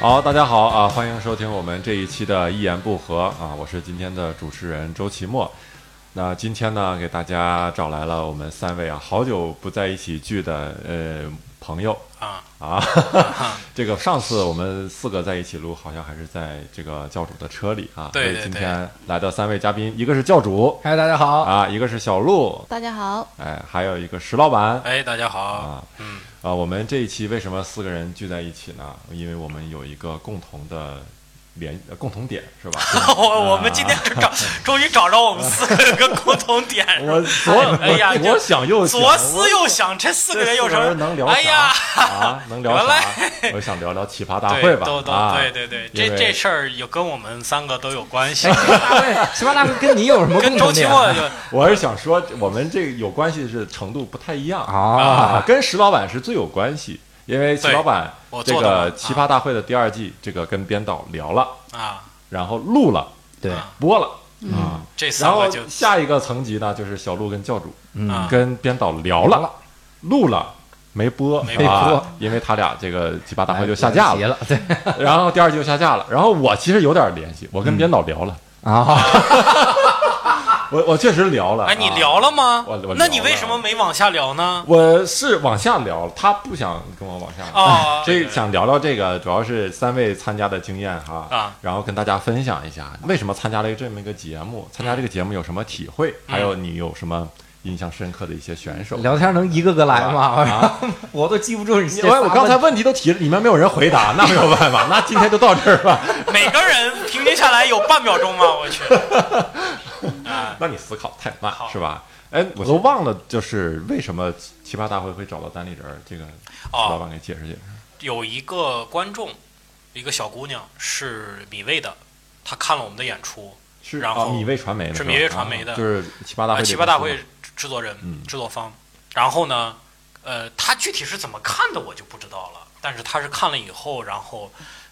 好，大家好啊，欢迎收听我们这一期的《一言不合》啊，我是今天的主持人周奇墨。那今天呢，给大家找来了我们三位啊，好久不在一起聚的呃朋友啊 啊，这个上次我们四个在一起录，好像还是在这个教主的车里啊。对所以对今对天来的三位嘉宾，一个是教主嗨，大家好，啊，一个是小鹿，大家好，哎，还有一个石老板。哎，大家好，啊嗯，啊，我们这一期为什么四个人聚在一起呢？因为我们有一个共同的联呃共同点， 是吧？ 我我们今天找，终于找着我们四个共同点，是吧 我左哎呀我左想右想，左思右想，这四个这人又四个成人能聊啥？哎呀，啊，能聊原啥来？我想聊聊奇葩大会对，吧，都都啊，对对对，因为这这事儿有跟我们三个都有关系哎，，奇葩大会，奇葩大会跟你有什么跟共周同奇点？墨就我是想说，我们这个有关系是程度不太一样啊，啊，跟石老板是最有关系，因为石对老板我这做的啊个嘛奇葩大会的第二季，这个跟编导聊了，啊，然后录了，对啊播了啊。这三然后个就下一个层级呢，就是小鹿跟教主、啊跟编导聊了，录了。没播，没啊播，因为他俩这个鸡巴大会来哎就下架别了，了， 对然后第二季就下架了。然后我其实有点联系，我跟编导聊了，啊，我我确实聊了。哎，你啊聊了吗我我？那你聊了为什么没往下 聊呢？我是往下聊，他不想跟我往下聊，哦所以想聊聊这个，主要是三位参加的经验哈，啊，然后跟大家分享一下为什么参加了这么一个节目，参加这个节目有什么体会，嗯还有你有什么印象深刻的一些选手。聊天能一个个来吗？我都记不住你这你仨问我 题。我刚才问题都提了，你们没有人回答，那没有办 法，那今天就到这儿吧。每个人平均下来有半秒钟吗？我去，啊，那你思考太慢好是吧？哎，我都忘了，就是为什么奇葩大会会找到单立人儿，这个哦老，板给解释解释。有一个观众，一个小姑娘是米未的，她看了我们的演出，是然后啊米未传媒的吧，是米未传媒的啊就是奇葩大啊，会这奇个葩大公司会嘛制作人、嗯制作方。然后呢，呃，她具体是怎么看的我就不知道了，但是她是看了以后，然后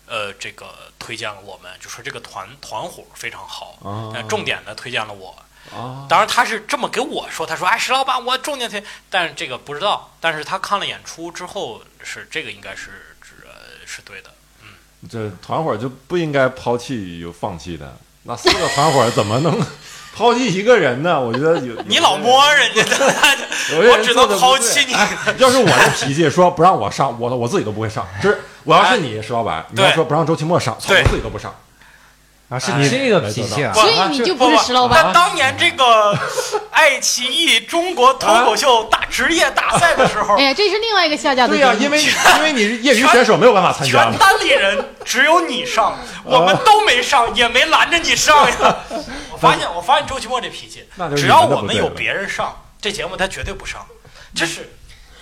呃，这个推荐了我们，就说这个团团伙非常好，哦呃重点的推荐了我。啊，当然他是这么给我说，他说：“哎，石老板，我重点推。”但是这个不知道，但是他看了演出之后是这个应该是是呃是对的。这团伙就不应该抛弃有放弃的，那四个团伙怎么能 抛弃一个人呢？我觉 得有你老，摸人家的， 有些人我只做得不能抛对弃 你。哎要是我的脾气说不让我上，我我自己都不会上。就是我要是你石老板，你要哎对说不让周奇墨上，操对我自己都不上。啊，是你这个脾气啊不，所以你就不是石老那板，当年这个爱奇艺中国脱口秀大职业大赛的时候哎，呀，这是另外一个下架的对节目。呀，因为因为你是业余选手，没有办法参全加嘛。单里人只有你上，我们都没上，也没拦着你上呀。我发现，我发现周奇墨这脾气那就，是只要我们有别人上这节目，他绝对不上，这是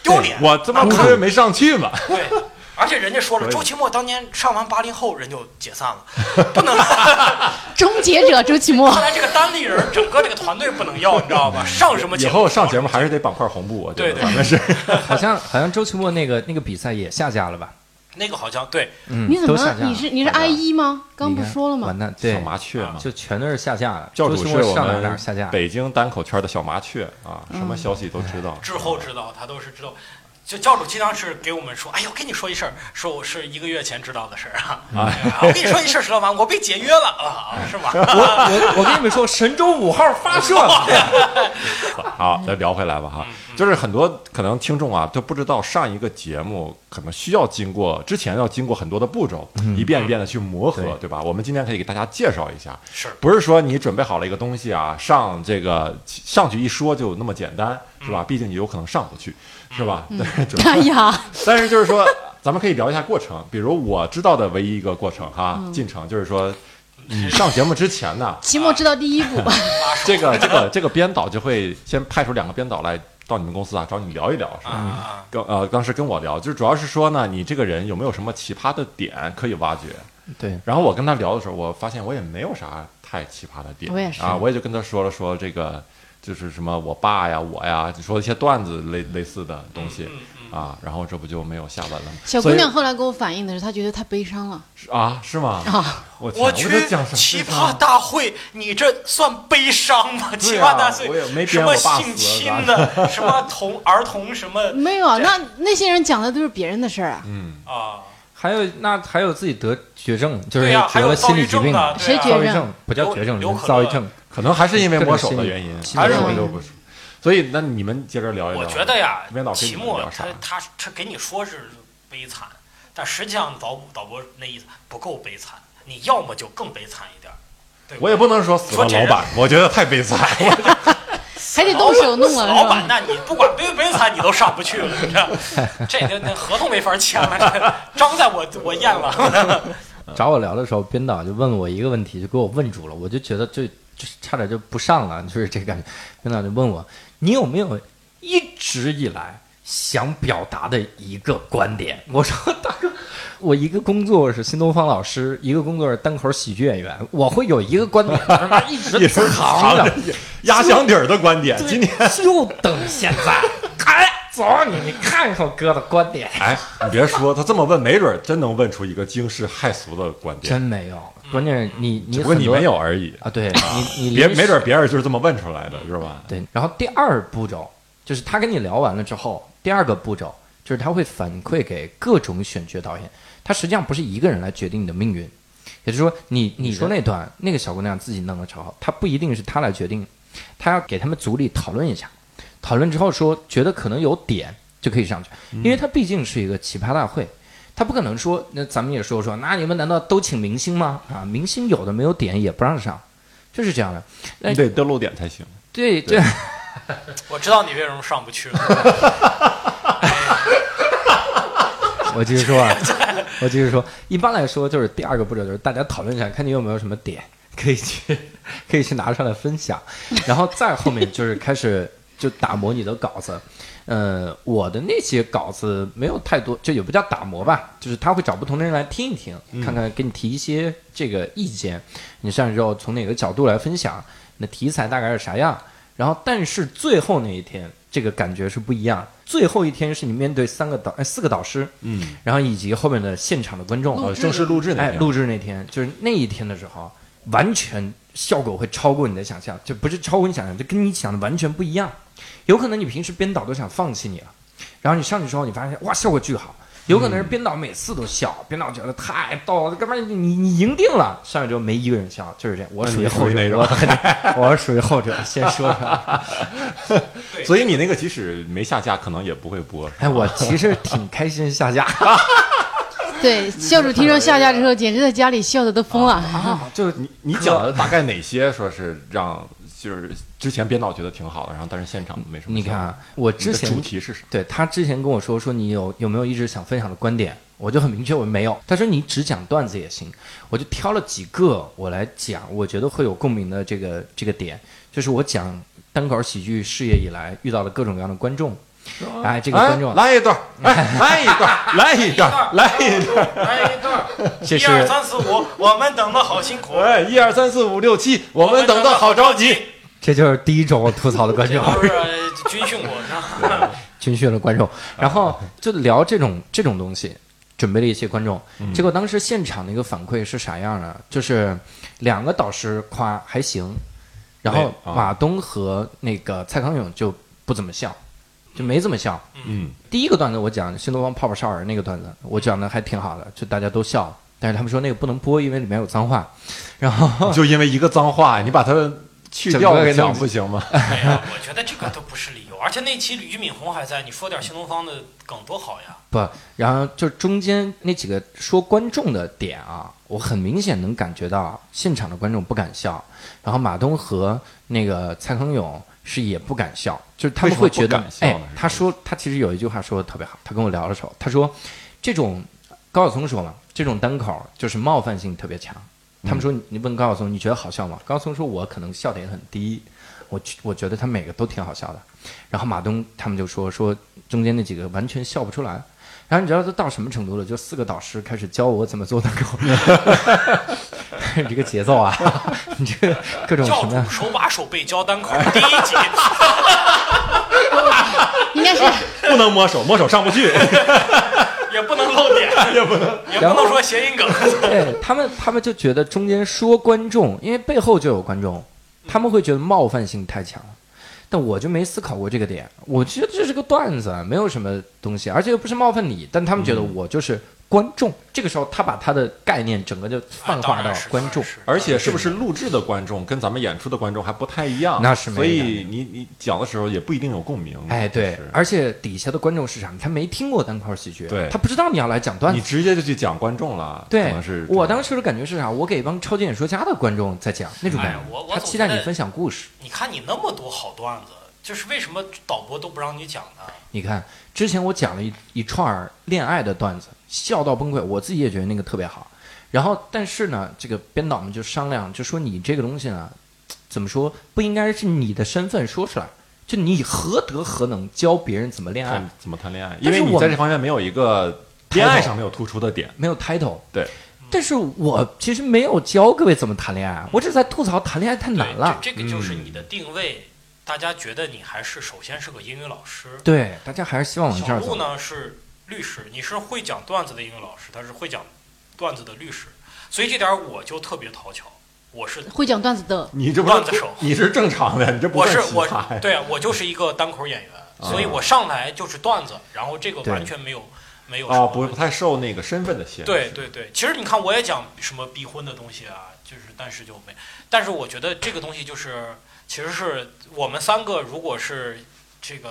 丢脸。哎我这不是没上去嘛？对，而且人家说所了，以周奇墨当年上完八零后，人就解散了，不能。 终结者周奇墨后来这个单立人整个这个团队不能要，你知道吧？上什么以节目？后上节目还是得绑块红布，我觉得对对咱们 是。好像好像周奇墨那个那个比赛也下架了吧？那个好像对，嗯，你怎都么下架了你是你是大家 I 一吗？刚你不看说了吗完？蛋，小对，麻雀嘛，就全都是下架了。教主周奇是墨我上哪儿哪儿们下架？北京单口圈的小麻雀啊，什么消息都知道。滞嗯后知道，他都是知道。就教主经常是给我们说：“哎呦，跟你说一事儿，说我是一个月前知道的事儿啊。啊啊 我跟你说一事儿，石老板，我被解约了啊，是吗？我我我 跟你 们说，神舟五号发射嗯了。好，再聊回来吧哈，就是很多可能听众啊都不知道上一个节目可能需要经过之前要经过很多的步骤，一遍一遍的去磨合，对对吧？我们今天可以给大家介绍一下，是不是说你准备好了一个东西啊，上这个上去一说就那么简单，嗯是吧？毕竟你有可能上不去，是吧？但是准哎呀， 但是就是说，咱们可以聊一下过程，比如我知道的唯一一个过程哈，嗯进程就是说，你上节目之前呢，奇墨知道第一步，啊 这个这个这个编导就会先派出两个编导来到你们公司啊，找你聊一聊，是啊吧？啊，跟呃，当时跟我聊，就是主要是说呢，你这个人有没有什么奇葩的点可以挖掘？对，然后我跟他聊的时候，我发现我也没有啥太奇葩的点，我也是啊，我也就跟他说了说这个就是什么我爸呀、我呀，就说一些段子类类似的东西嗯嗯啊，然后这不就没有下文了吗？小姑所以娘后来给我反映的是，她觉得太悲伤了是啊，是吗？啊，我天我这去讲什么奇悲伤葩大会，你这算悲伤吗？奇对啊葩大会我也没什编么我爸性死侵了的，什么童儿童什么没有啊，那那些人讲的都是别人的事儿啊，嗯，啊，还有那还有自己得绝症，就是对呀还得有了躁心郁理疾症病的，的，对谁啊觉躁郁症症不叫有绝症，有人可躁郁能症。可能还是因为各种摸手心的理原因，心理还是原我因就不是。所以，那你们接着聊一聊。我觉得呀没，老跟你齐们墨聊啥他他他给你说是悲惨，但实际上导导播那意思不够悲惨，你要么就更悲惨一点儿。对吧我也不能说哎死了说这老人板，我觉得太悲惨了。还得动手弄了，老是板吧？，那你不管悲不悲惨，你都上不去了，你知道？这那那合同没法签了，这章在我我咽了。 找我聊的时候，编导就问我一个问题，就给我问住了，我就觉得就就差点就不上了，就是这感觉。编导就问我，你有没有一直以来想表达的一个观点？ 我说大哥，我一个工作是新东方老师，一个工作是单口喜剧演员，我会有一个观点，他妈一直 一直藏着。压箱底儿的观点，今天 就等现在， 哎，走你，你看看哥的观点，哎，你别说，他这么问，没准儿真能问出一个惊世骇俗的观点真。没有，关键是你你只不过很你多没有而已，啊，对你你别临时没准儿别人就是这么问出来的，是吧？对，然后第二步骤就是他跟你聊完了之后，第二个步骤就是他会反馈给各种选角导演，他实际上不是一个人来决定你的命运，也就是说你，你说那段那个小姑娘自己弄的时候，他不一定是他来决定，他要给他们组里讨论一下，讨论之后说觉得可能有点就可以上去，因为他毕竟是一个奇葩大会。他不可能说，那咱们也说说，那你们难道都请明星吗？啊，明星有的没有点也不让上，就是这样的。哎你得得露点才行。对对，我知道你为什么上不去了。 我继续说啊，我继续说。一般来说，就是第二个步骤，就是大家讨论一下，看你有没有什么点可以去，可以去拿上来分享，然后再后面就是开始就打磨你的稿子。呃，我的那些稿子没有太多，就也不叫打磨吧，就是他会找不同的人来听一听，看看给你提一些这个意见，你上去之后从哪个角度来分享，那题材大概是啥样，然后但是最后那一天这个感觉是不一样，最后一天是你面对三个导哎四个导师，嗯，然后以及后面的现场的观众，呃，正式录制那哎，天，录制那天就是那一天的时候，完全效果会超过你的想象，就不是超过你想象，就跟你想的完全不一样。有可能你平时编导都想放弃你了，然后你上去之后，你发现哇，效果巨好。有可能是编导每次都笑，编导觉得太逗了，干嘛你你你赢定了？上去之后没一个人笑，就是这样。我那属你于属后于者哪，种我肯定我是属于 后者。先说出来，所以你那个即使没下架，可能也不会播。哎，我其实挺开心下架。对，校主听说下架之后，简直在家里笑的都疯了。啊就是你你讲的大概哪些说是让就是之前编导觉得挺好的，然后但是现场没什么你效果。看啊，我你的之前主题是啥？对他之前跟我说说你有有没有一直想分享的观点，我就很明确我没有。他说你只讲段子也行，我就挑了几个我来讲，我觉得会有共鸣的这个这个点，就是我讲单口喜剧事业以来遇到的各种各样的观众。哎，这个观众，啊来一 段，哎，来一 段，来一段，来一段，来哎一段，这一二是三四五，我们等的好辛苦，啊 哎，一二三四五六七，我们等的好着急。这就是第一种我吐槽的观这 众。都是呃军训过是吧？军训了观众，然后就聊这种这种东西，准备了一些观众。结果当时现场的一个反馈是啥样呢？就是两个导师夸还行，然后对啊马东和那个蔡康永就不怎么笑，就没怎么笑。嗯，第一个段子我讲新东方泡泡少儿那个段子，我讲的还挺好的，就大家都笑了。但是他们说那个不能播，因为里面有脏话。然后就因为一个脏话，你把它去掉了讲不行吗？哎呀，我觉得这个都不是理由，而且那期俞敏洪还在，你说点新东方的梗多好呀！不，然后就中间那几个说观众的点啊，我很明显能感觉到现场的观众不敢笑，然后马东和那个蔡康永是也不敢笑，就是他们会觉得为什么不敢，笑呢哎，他说他其实有一句话说的特别好，他跟我聊的时候，他说这种高晓松说嘛，这种单口就是冒犯性特别强。嗯他们说你你问高晓松你觉得好笑吗？高晓松说我可能笑点很低，我觉我觉得他每个都挺好笑的。然后马东他们就说说中间那几个完全笑不出来。然后你知道都到什么程度了？就四个导师开始教我怎么做单口， 你这个节奏啊， 你这个各种教什主么手把手背教单口第一 集，应该是 不能摸手，摸手上不去。也不能露点， 也不能也不能说谐音梗。 对他们，他们就觉得中间说观众，因为背后就有观众，他们会觉得冒犯性太强了。但我就没思考过这个点，我觉得这是个段子，没有什么东西，而且又不是冒犯你，但他们觉得我就是观众。这个时候，他把他的概念整个就泛化到观众。 而且是不是录制的观众跟咱们演出的观众还不太一样？那是没所以你你讲的时候也不一定有共鸣。哎，对就是，而且底下的观众市场，他没听过单口喜剧，啊对他不知道你要来讲段你子。直接就去讲观众了，可对能是，我当时的感觉是啥？我给一帮超级演说家的观众在讲那种感哎我觉，我他总期待觉你得分享故事。你看你那么多好段子，就是为什么导播都不让你讲呢？你看，之前我讲了一一串儿恋爱的段子，笑到崩溃，我自己也觉得那个特别好。然后，但是呢，这个编导们就商量，就说你这个东西呢，怎么说不应该是你的身份说出来，就你何德何能教别人怎么恋爱看？怎么谈恋爱，因但是为你我在们这方面没有一个恋爱上没有突出的点。没有 title。对，但是我其实没有教各位怎么谈恋爱，啊我只是在吐槽谈恋爱太难对了。嗯这这个就是你的定位，大家觉得你还是首先是个英语老师。对，大家还是希望往这小儿鹿走。呢是律师，你是会讲段子的英语老师，他是会讲段子的律师，所以这点儿我就特别讨巧，我是会讲段子的，你这不段子手你是正常的，你这不我算是奇我葩呀对啊我就是一个单口演员，啊所以我上来就是段子，然后这个对完全没有没有什啊，么不不太受那个身份的限制。对对对，其实你看我也讲什么逼婚的东西啊，就是但是就没，但是我觉得这个东西就是其实是我们三个如果是这个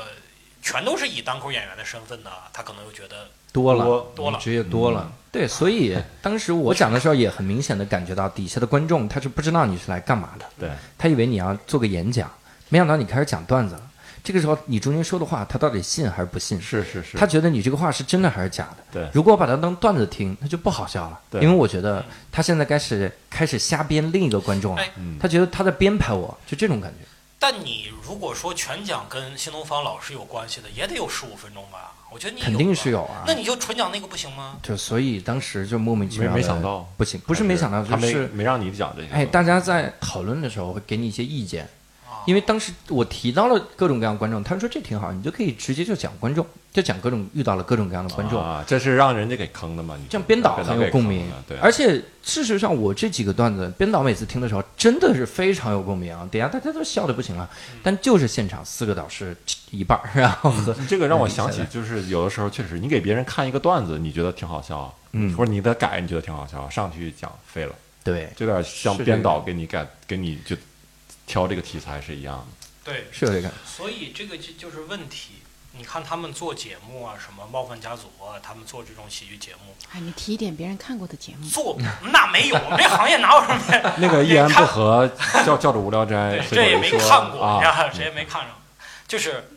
全都是以单口演员的身份呢，他可能又觉得多了多嗯多了职业多了。对，所以当时我讲的时候也很明显的感觉到底下的观众他是不知道你是来干嘛的，对，他以为你要做个演讲，没想到你开始讲段子了。这个时候你中间说的话，他到底信还是不信？是是是，他觉得你这个话是真的还是假的？对如果我把它当段子听，那就不好笑了。对因为我觉得他现在开始开始瞎编另一个观众了哎，嗯他觉得他在编排我，就这种感觉。但你如果说全讲跟新东方老师有关系的，也得有十五分钟吧？我觉得你肯定吧是有啊那你就纯讲那个不行吗？就所以当时就莫名其妙没没地想到不行，不是没想到，他就没是没让你讲这些。哎，大家在讨论的时候会给你一些意见啊，因为当时我提到了各种各样的观众，他们说这挺好，你就可以直接就讲观众，就讲各种遇到了各种各样的观众，啊，这是让人家给坑的嘛？你这样编导很有共鸣给坑的。对，而且事实上，我这几个段子，编导每次听的时候真的是非常有共鸣啊，底下大家都笑的不行了，啊嗯但就是现场四个导师一半儿，然后和这个让我想起，就是有的时候确实，你给别人看一个段子，你觉得挺好笑，啊嗯或者你的改你觉得挺好笑，啊上去讲废了，对就有点像是这编导给你改，给你就挑这个题材是一样 的。对，是有这个所以这个就就是问题。你看他们做节目啊，什么冒犯家族啊，他们做这种喜剧节目，哎，你提一点别人看过的节目，做那没有，我们这行业哪有什么呀？那个一言不合叫叫着无聊斋对，，随这口也哎一没说看过，你知啊道吧，谁也没看上。就是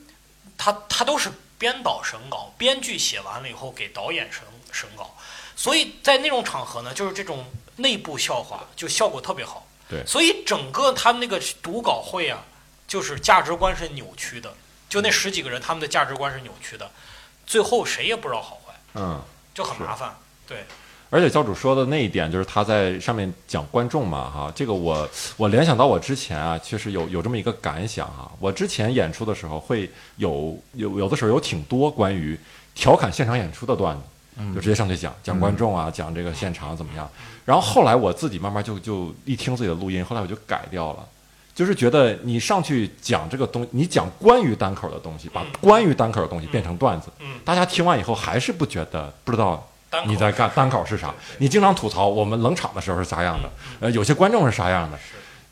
他他都是编导审稿，编剧写完了以后给导演审审稿，所以在那种场合呢，就是这种内部笑话就效果特别好。对所以整个他们那个读稿会啊，就是价值观是扭曲的，就嗯那十几个人他们的价值观是扭曲的，最后谁也不知道好坏，嗯。就很麻烦。对，而且教主说的那一点，就是他在上面讲观众嘛，哈，这个我我联想到我之前啊，确实有有这么一个感想哈、我之前演出的时候会有有有的时候有挺多关于调侃现场演出的段子，就直接上去讲讲观众啊，讲这个现场怎么样。然后后来我自己慢慢就就一听自己的录音，后来我就改掉了。就是觉得你上去讲这个东，你讲关于单口的东西，把关于单口的东西变成段子，嗯，大家听完以后还是不觉得不知道单口你在干单口是啥？你经常吐槽我们冷场的时候是啥样的，呃，有些观众是啥样的。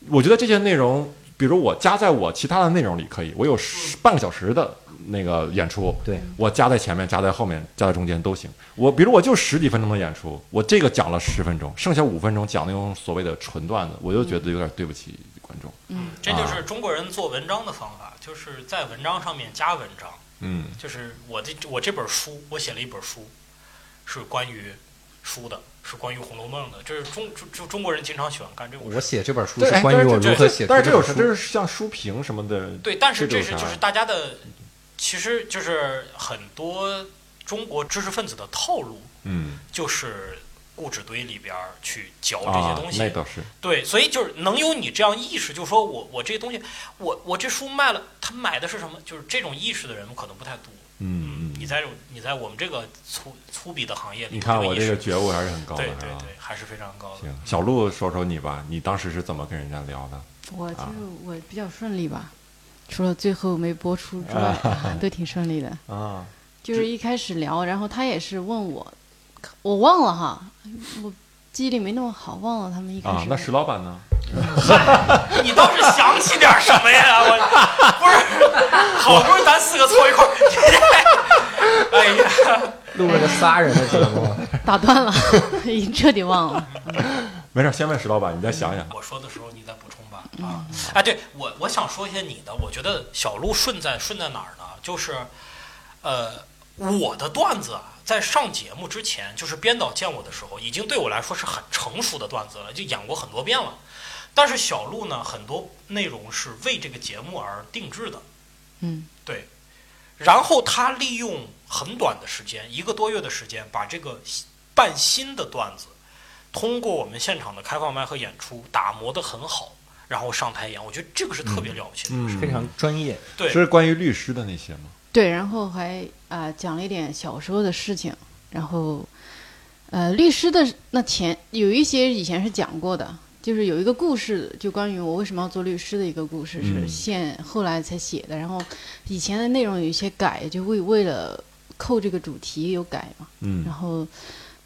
我觉得这些内容，比如我加在我其他的内容里可以，我有十半个小时的那个演出，对我加在前面、加在后面、加在中间都行。我比如我就十几分钟的演出，我这个讲了十分钟，剩下五分钟讲那种所谓的纯段子，我就觉得有点对不起观众。嗯，这啊就是中国人做文章的方法，就是在文章上面加文章。嗯，就是我这我这本书，我写了一本书，是关于书的，是关于《红楼梦》的。这是中就就中国人经常喜欢干这种事。我写这本书对，是哎关于但是我这如何写出但是这有本时书这是像书评什么的，对，但是这这种是就啥是大家的，其实就是很多中国知识分子的套路，嗯就是固执堆里边儿去嚼这些啊东，西。那倒是，对，所以就是能有你这样意识，就是说我我这些东西，我我这书卖了，他买的是什么？就是这种意识的人可能不太多。嗯嗯你。在你在我们这个粗粗鄙的行业里，你看我这这个个意识觉悟还是很高的，对是对吧？对，还是非常高的行。，小鹿说说你吧，你当时是怎么跟人家聊的？我就啊是我比较顺利吧，除了最后没播出之外，都挺顺利的。啊，就是一开始聊，然后他也是问我，我忘了哈，我记忆力没那么好，忘了他们一开啊始。，那石老板呢？你倒是想起点什么呀？我不是，好不容易咱四个凑一块儿，哎呀，录了个仨人的节 目，打断了， 已经彻底忘了。没事，先问石老板，你再想想。我说的时候你再补充吧。啊，哎，对我我想说一些你的，我觉得小鹿顺在顺在哪儿呢？就是，呃，我的段子啊，在上节目之前，就是编导见我的时候，已经对我来说是很成熟的段子了，就演过很多遍了。但是小鹿呢，很多内容是为这个节目而定制的，嗯，然后他利用很短的时间，一个多月的时间，把这个半新的段子，通过我们现场的开放麦和演出打磨得很好，然后上台演，我觉得这个是特别了不起的。嗯，非常专 业。对这是关于律师的那些吗？对，然后还啊、讲了一点小时候的事情，然后呃律师的那前有一些以前是讲过的，就是有一个故事，就关于我为什么要做律师的一个故事，是嗯现后来才写的，然后以前的内容有一些改，就为为了扣这个主题有改嘛。嗯然后，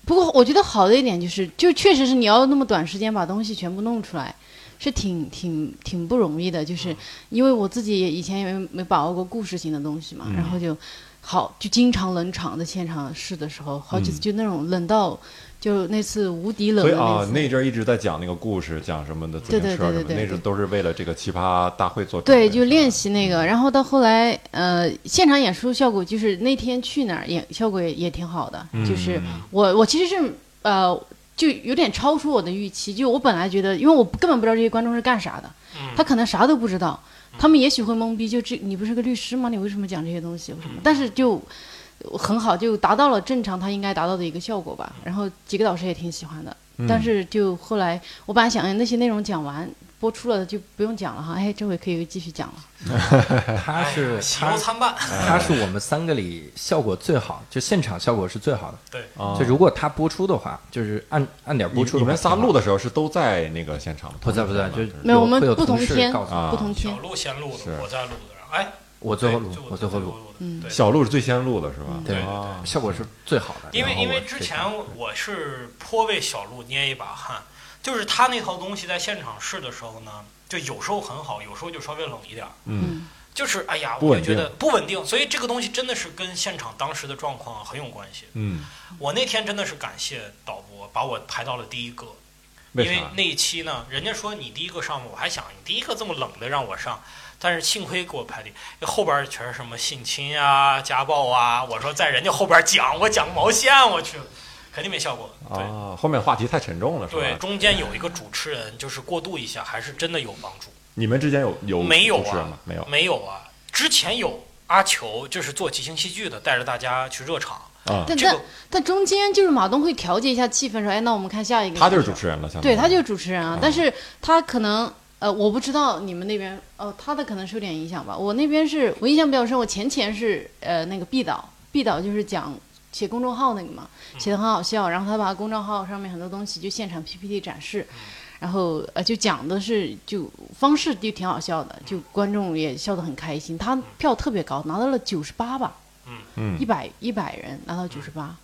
不过我觉得好的一点就是，就确实是你要那么短时间把东西全部弄出来，是挺挺挺不容易的。嗯就是因为我自己也以前也没没把握过故事型的东西嘛，嗯然后就好就经常冷场，在现场试的时候，好几次嗯就那种冷到就那次无敌冷所以的啊，次。那阵儿一直在讲那个故事，讲什么的自行对对车什么对对的，对那阵儿都是为了这个奇葩大会做准备。对，就练习嗯那个，然后到后来，呃，现场演出效果就是那天去哪儿演，效果也也挺好的。嗯就是我我其实是呃，就有点超出我的预期，就我本来觉得，因为我根本不知道这些观众是干啥的，嗯他可能啥都不知道，他们也许会懵逼，就这你不是个律师吗？你为什么讲这些东西？为什嗯么？但是就。很好，就达到了正常他应该达到的一个效果嗯吧。然后几个导师也挺喜欢的，嗯，但是就后来我本来想哎那些内容讲完播出了就不用讲了哈，哎，这回可以继续讲了。哎他是喜忧他参半，他是我们三个里效果最好，就现场效果是最好的。对，啊就如果他播出的话，就是按按点播你出你们仨录的的时候是都在那个现场吗？话不在不在，就没有我们会有不同同事天告诉啊不同天小，鹿先录的是，我再录的，然后哎，我最后录，我最后录，的，嗯对。小鹿是最先录的是吧？对啊效果是最好的。因为然后因我为之这前个我是颇为小鹿捏一把汗，就是他那套东西在现场试的时候呢，就有时候很好，有时候就稍微冷一点儿，嗯，嗯，就是哎呀，不我稳就觉得不稳定，所以这个东西真的是跟现场当时的状况很有关系。嗯，我那天真的是感谢导播把我排到了第一个，为因为啥？那一期呢，人家说你第一个上嘛，我还想你第一个这么冷的让我上，但是幸亏给我排的，后边全是什么性侵啊、家暴啊，我说在人家后边讲，我讲个毛线，我去，肯定没效果。对、啊，后面话题太沉重了，是对，吧？中间有一个主持人，就是过渡一下，还是真的有帮助。你们之间有有没有啊主持人吗？没有没有啊，之前有阿球，就是做即兴戏剧的，带着大家去热场，啊，但这但个但中间就是马东会调节一下气氛，说哎，那我们看下一个。他就是主持人了，相当于对，他就是主持人啊，但是他可能呃，我不知道你们那边哦，他的可能受点影响吧。我那边是我印象比较深，我前前是呃那个毕导，毕导就是讲写公众号那个嘛，嗯写的很好笑，然后他把公众号上面很多东西就现场 PPT 展示。嗯然后呃，就讲的是就方式就挺好笑的，嗯就观众也笑得很开心。他票特别高，拿到了九十八吧，嗯一。百一百人拿到九十八，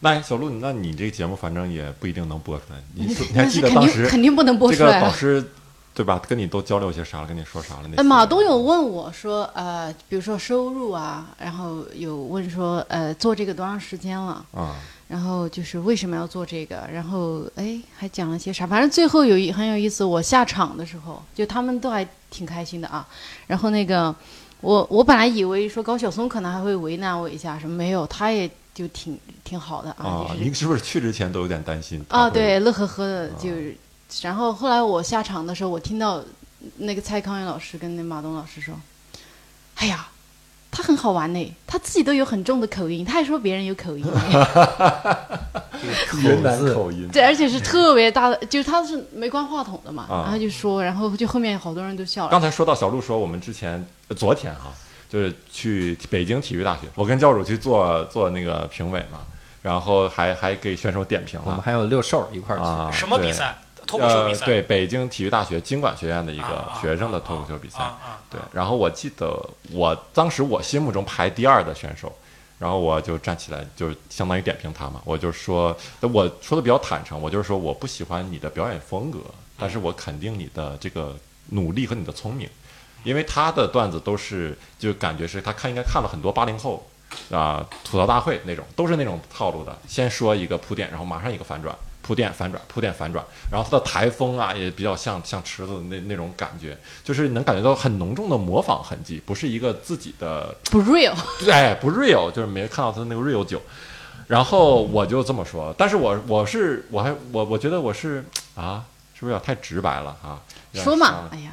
那小鹿，那你这个节目反正也不一定能播出来，你说你还但嗯记是得肯当定时肯定不能播这出个来啊导了。师对吧？跟你都交流些啥了？跟你说啥了？那呃，次马东有问我说，呃，比如说收入啊，然后有问说，呃，做这个多长时间了，啊，然后就是为什么要做这个，然后哎还讲了些啥，反正最后有一很有意思。我下场的时候，就他们都还挺开心的啊。然后那个我我本来以为说高晓松可能还会为难我一下，什么没有，他也就挺挺好的啊，啊就，是你是不是去之前都有点担心？啊，对，，乐呵呵的就是。然后后来我下场的时候，我听到那个蔡康永老师跟那马东老师说：“哎呀，他很好玩呢，他自己都有很重的口音，他还说别人有口音 呢，云南口字口音，对，而且是特别大的，就是他是没关话筒的嘛，啊然后就说，然后就后面好多人都笑了刚。才说到小鹿说，我们之前呃昨天哈、就是去北京体育大学，我跟教主去做做那个评委嘛，然后还还给选手点评我们了还有六兽一块儿去，啊，什么比对？赛？脱口秀呃比，赛？对，北京体育大学经管学院的一个啊，学生的脱口秀比赛啊。啊啊对，然后我记得我当时我心目中排第二的选手然后我就站起来，就相当于点评他嘛。我就说，我说的比较坦诚，我就是说我不喜欢你的表演风格，但是我肯定你的这个努力和你的聪明，因为他的段子都是就感觉是他看应该看了很多八零后啊吐槽大会那种，都是那种套路的，先说一个铺垫，然后马上一个反转，铺垫反转，铺垫反转，然后他的台风啊也比较像像池子那那种感觉，就是能感觉到很浓重的模仿痕迹，不是一个自己的不 real，对，不 real，就是没看到他那个 real 酒。然后我就这么说，但是我我是我还我我觉得我是啊，是不是有点太直白了啊？有点说伤嘛了，哎呀，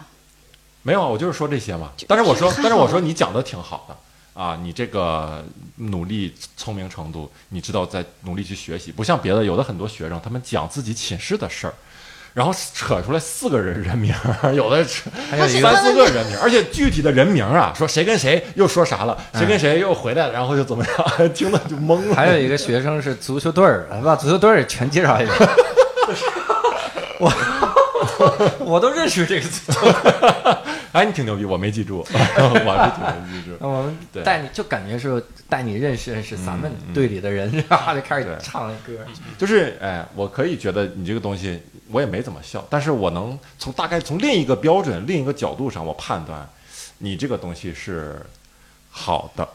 没有，啊我就是说这些嘛。但是我说就，是 但是我说你讲的挺好的啊，你这个努力聪明程度，你知道在努力去学习，不像别的有的很多学生，他们讲自己寝室的事儿，然后扯出来四个人人名儿，有的扯还有一 三个四个人名，而且具体的人名啊，说谁跟谁又说啥了，谁跟谁又回来了，然后就怎么样， 听的就懵了。还有一个学生是足球队儿，来把足球队儿全介绍一遍。 我 我都认识这个足球队哎，你挺牛逼，我没记住， 我是挺没记住。儿，我们对带你就感觉是带你认识认识咱们嗯嗯队里的人，然后就开对始唱那歌。就是哎，我可以觉得你这个东西，我也没怎么笑，但是我能从大概从另一个标准、另一个角度上，我判断你这个东西是好的。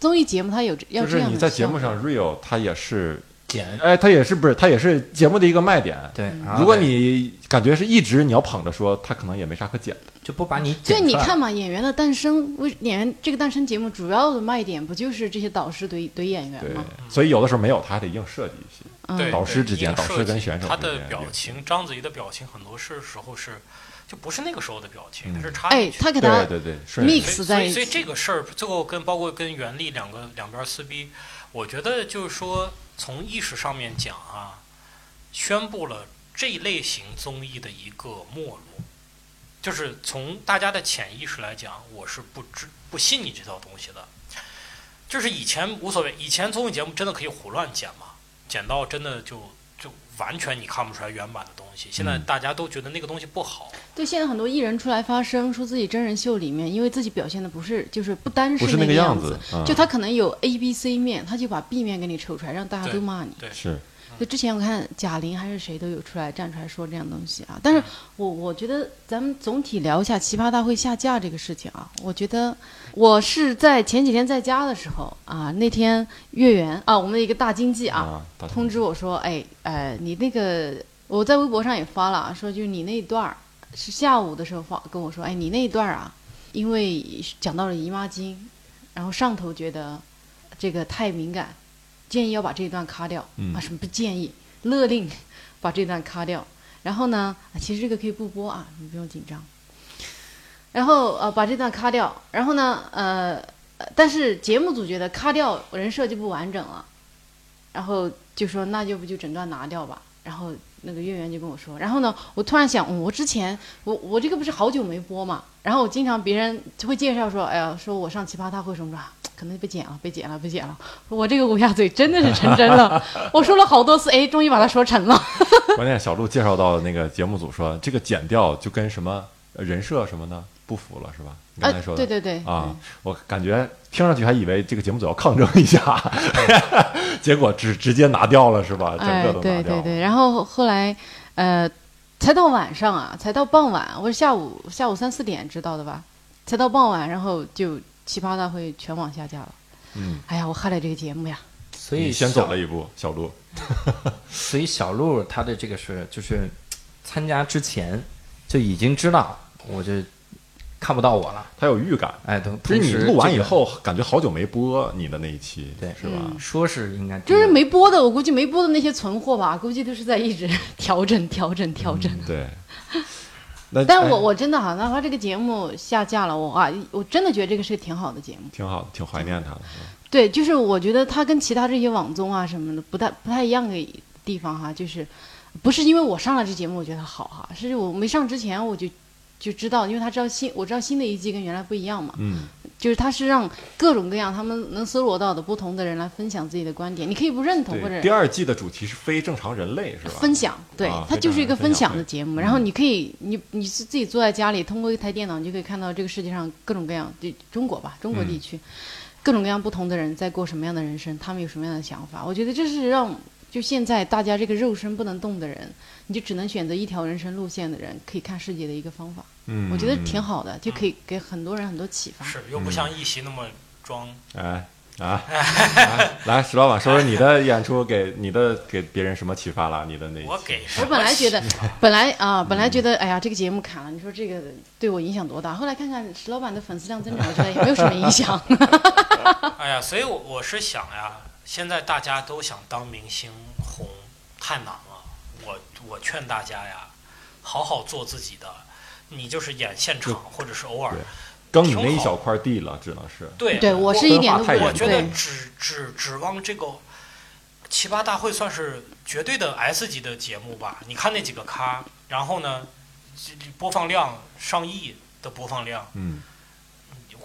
综艺节目它有要就这是样你的在节效目果上 real，它也是，简哎，它也是不是，它也是节目的一个卖点。对，然嗯后如果啊对你感觉是一直你要捧着说，它可能也没啥可剪的。就不把你所以剪你出来看嘛，演员的诞生，为演员这个诞生节目主要的卖点不就是这些导师怼怼演员对吗？，所以有的时候没有，它还得硬设计一些。对嗯，导师之间一个设计导师跟选手他之的间表有情，章子怡的表情，很多是时候是就不是那个时候的表情，嗯它是插哎进，去的。他给他对对对，顺着 mix 所以在所以一所以起，这个事儿最后跟包括跟袁立两个两边撕逼，我觉得就是说从意识上面讲啊，宣布了这一类型综艺的一个没落，就是从大家的潜意识来讲，我是不知不信你这套东西的。就是以前无所谓，以前综艺节目真的可以胡乱剪嘛，剪到真的就就完全你看不出来原版的东西。现在嗯大家都觉得那个东西不好，对现在很多艺人出来发声，说自己真人秀里面，因为自己表现的不是就是不单不是那个个样子，，嗯就他可能有 A、B、C 面，他就把 B 面给你抽出来，让大家对都骂你。对，是就之前我看贾玲还是谁都有出来站出来说这样东西啊，但是我我觉得咱们总体聊一下《奇葩大会》下架这个事情啊，我觉得我是在前几天在家的时候啊，那天月圆啊，我们的一个大经济啊，啊，大家通知我说，哎呃，你那个我在微博上也发了啊，说就是你那一段儿是下午的时候发跟我说，哎，你那一段儿啊，因为讲到了姨妈巾，然后上头觉得这个太敏感，建议要把这一段卡掉、嗯啊，什么不建议，勒令把这段卡掉。然后呢，啊其实这个可以不播啊，你不用紧张。然后呃，把这段卡掉。然后呢，呃，呃但是节目组觉得卡掉人设就不完整了，然后就说那就不就整段拿掉吧。然后那个月圆就跟我说，然后呢，我突然想，嗯我之前我我这个不是好久没播嘛，然后我经常别人就会介绍说，哎呀，说我上奇葩大会什么的，可能被剪了，被剪了，被剪了。我这个乌鸦嘴真的是成真 了，我说了好多次，哎，终于把它说成了。关键小鹿介绍到那个节目组说，这个剪掉就跟什么呃人设什么呢不符了，是吧？你刚才说的、对呃对对，啊，我感觉听上去还以为这个节目组要抗争一下， 结果直直接拿掉了，是吧？整哎个，都拿对掉了。对对，然后后来，呃，才到晚上啊，才到傍晚，我是下午下午三四点知道的吧，才到傍晚，然后就奇葩大会全网下架了。嗯，哎呀，我害了这个节目呀！所以你先走小了一步，小鹿。所以小鹿他的这个是就是参加之前就已经知道，我就看不到我了。他有预感，哎，同就是同你时录完这以个后，啊感觉好久没播你的那一期，对是吧？嗯说是应该哎就是没播的，我估计没播的那些存货吧，估计都是在一直调整、调整、调整。对。 那但我嗯哎我真的哈，哪怕这个节目下架了，我啊，我真的觉得这个是个挺好的节目。挺好的，挺怀念他的。是吧对，就是我觉得它跟其他这些网综啊什么的不太不太一样的地方哈，就是不是因为我上了这节目我觉得好哈，是我没上之前我就就知道，因为他知道新我知道新的一季跟原来不一样嘛，嗯，就是他是让各种各样他们能搜罗到的不同的人来分享自己的观点，你可以不认同或对。者第二季的主题是非正常人类，是吧？分享，对啊，它非就是常一个分分享嗯享会的节目。然后你可以，你你是自己嗯坐在家里，通过一台电脑，你就可以看到这个世界上各种各样，对中国吧，中国地区，各种各样不同的人在过什么样的人生，他们有什么样的想法。我觉得这是让就现在大家这个肉身不能动的人，你就只能选择一条人生路线的人，可以看世界的一个方法。嗯，我觉得挺好的，就可以给很多人很多启发。是又不像一席那么装。哎啊，啊来，石老板说说你的演出给你的给别人什么启发了？你的那一我期给我什本么来觉戏得，本来啊，本来觉得，哎呀，这个节目砍了，你说这个对我影响多大？后来看看石老板的粉丝量增长，我觉得也没有什么 影响。 哎呀，所以我我是想呀，现在大家都想当明星红，太难了。我我劝大家呀，好好做自己的，你就是演现场或者是偶尔对。耕你那一小块地了，只能是对对我是一点都不太我严觉重得对了。指指指望这个奇葩大会算是绝对的 S 级的节目吧。你看那几个咖，然后呢，这这播放量上亿的播放量，嗯，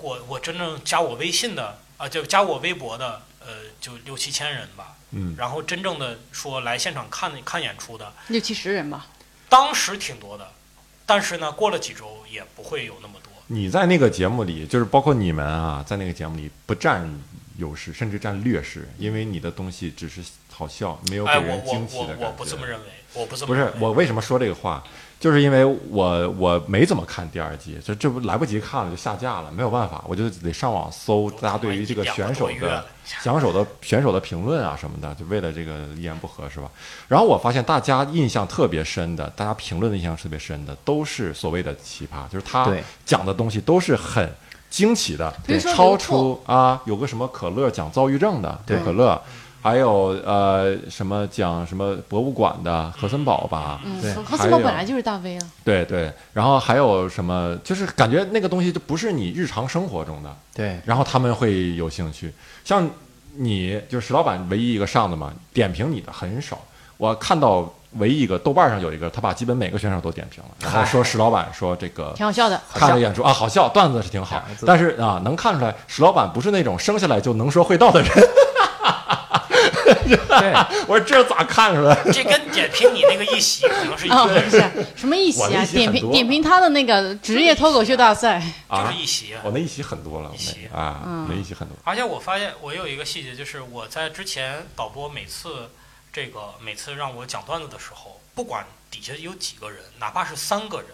我我真正加我微信的啊，就加我微博的，呃，就六七千人吧。嗯然后真正的说来现场看看演出的，六七十人吧，当时挺多的，但是呢，过了几周也不会有那么多。你在那个节目里，就是包括你们啊，在那个节目里不占优势，甚至占劣势，因为你的东西只是好笑，没有给哎，我人我惊喜我的感觉。我不这么认为，我不这不么是认为我为什么说这个话，就是因为我我没怎么看第二季，这这不来不及看了就下架了，没有办法，我就得上网搜大家对于这个选手我他妈一点的儿都不选手的选手的评论啊什么的，就为了这个一言不合是吧？然后我发现大家印象特别深的，大家评论的印象特别深的，都是所谓的奇葩，就是他对讲的东西都是很。惊奇的，比如说超刘出啊，有个什么可乐讲躁郁症的，对可乐，还有呃什么讲什么博物馆的何森堡吧，嗯对，何还森宝有本来就是大 V 了，对对，然后还有什么，就是感觉那个东西就不是你日常生活中的，对，然后他们会有兴趣。像你就是石老板唯一一个上的嘛，点评你的很少。我看到唯一一个豆瓣上有一个，他把基本每个选手都点评了，然后说石老板说这个挺好笑的。 看了演出啊，好笑，段子是挺好段，子但是啊，能看出来石老板不是那种生下来就能说会道的人。 对，我说这咋看出来？这跟点评你那个一席可能是一哦，个不是什么一席我的啊一，席点很评多点评他的那个职业脱口秀大赛，就啊是一席。我那一席很多了，我一席那啊，嗯那一席很多。而且我发现我有一个细节，就是我在之前导播每次这个每次让我讲段子的时候，不管底下有几个人，哪怕是三个人，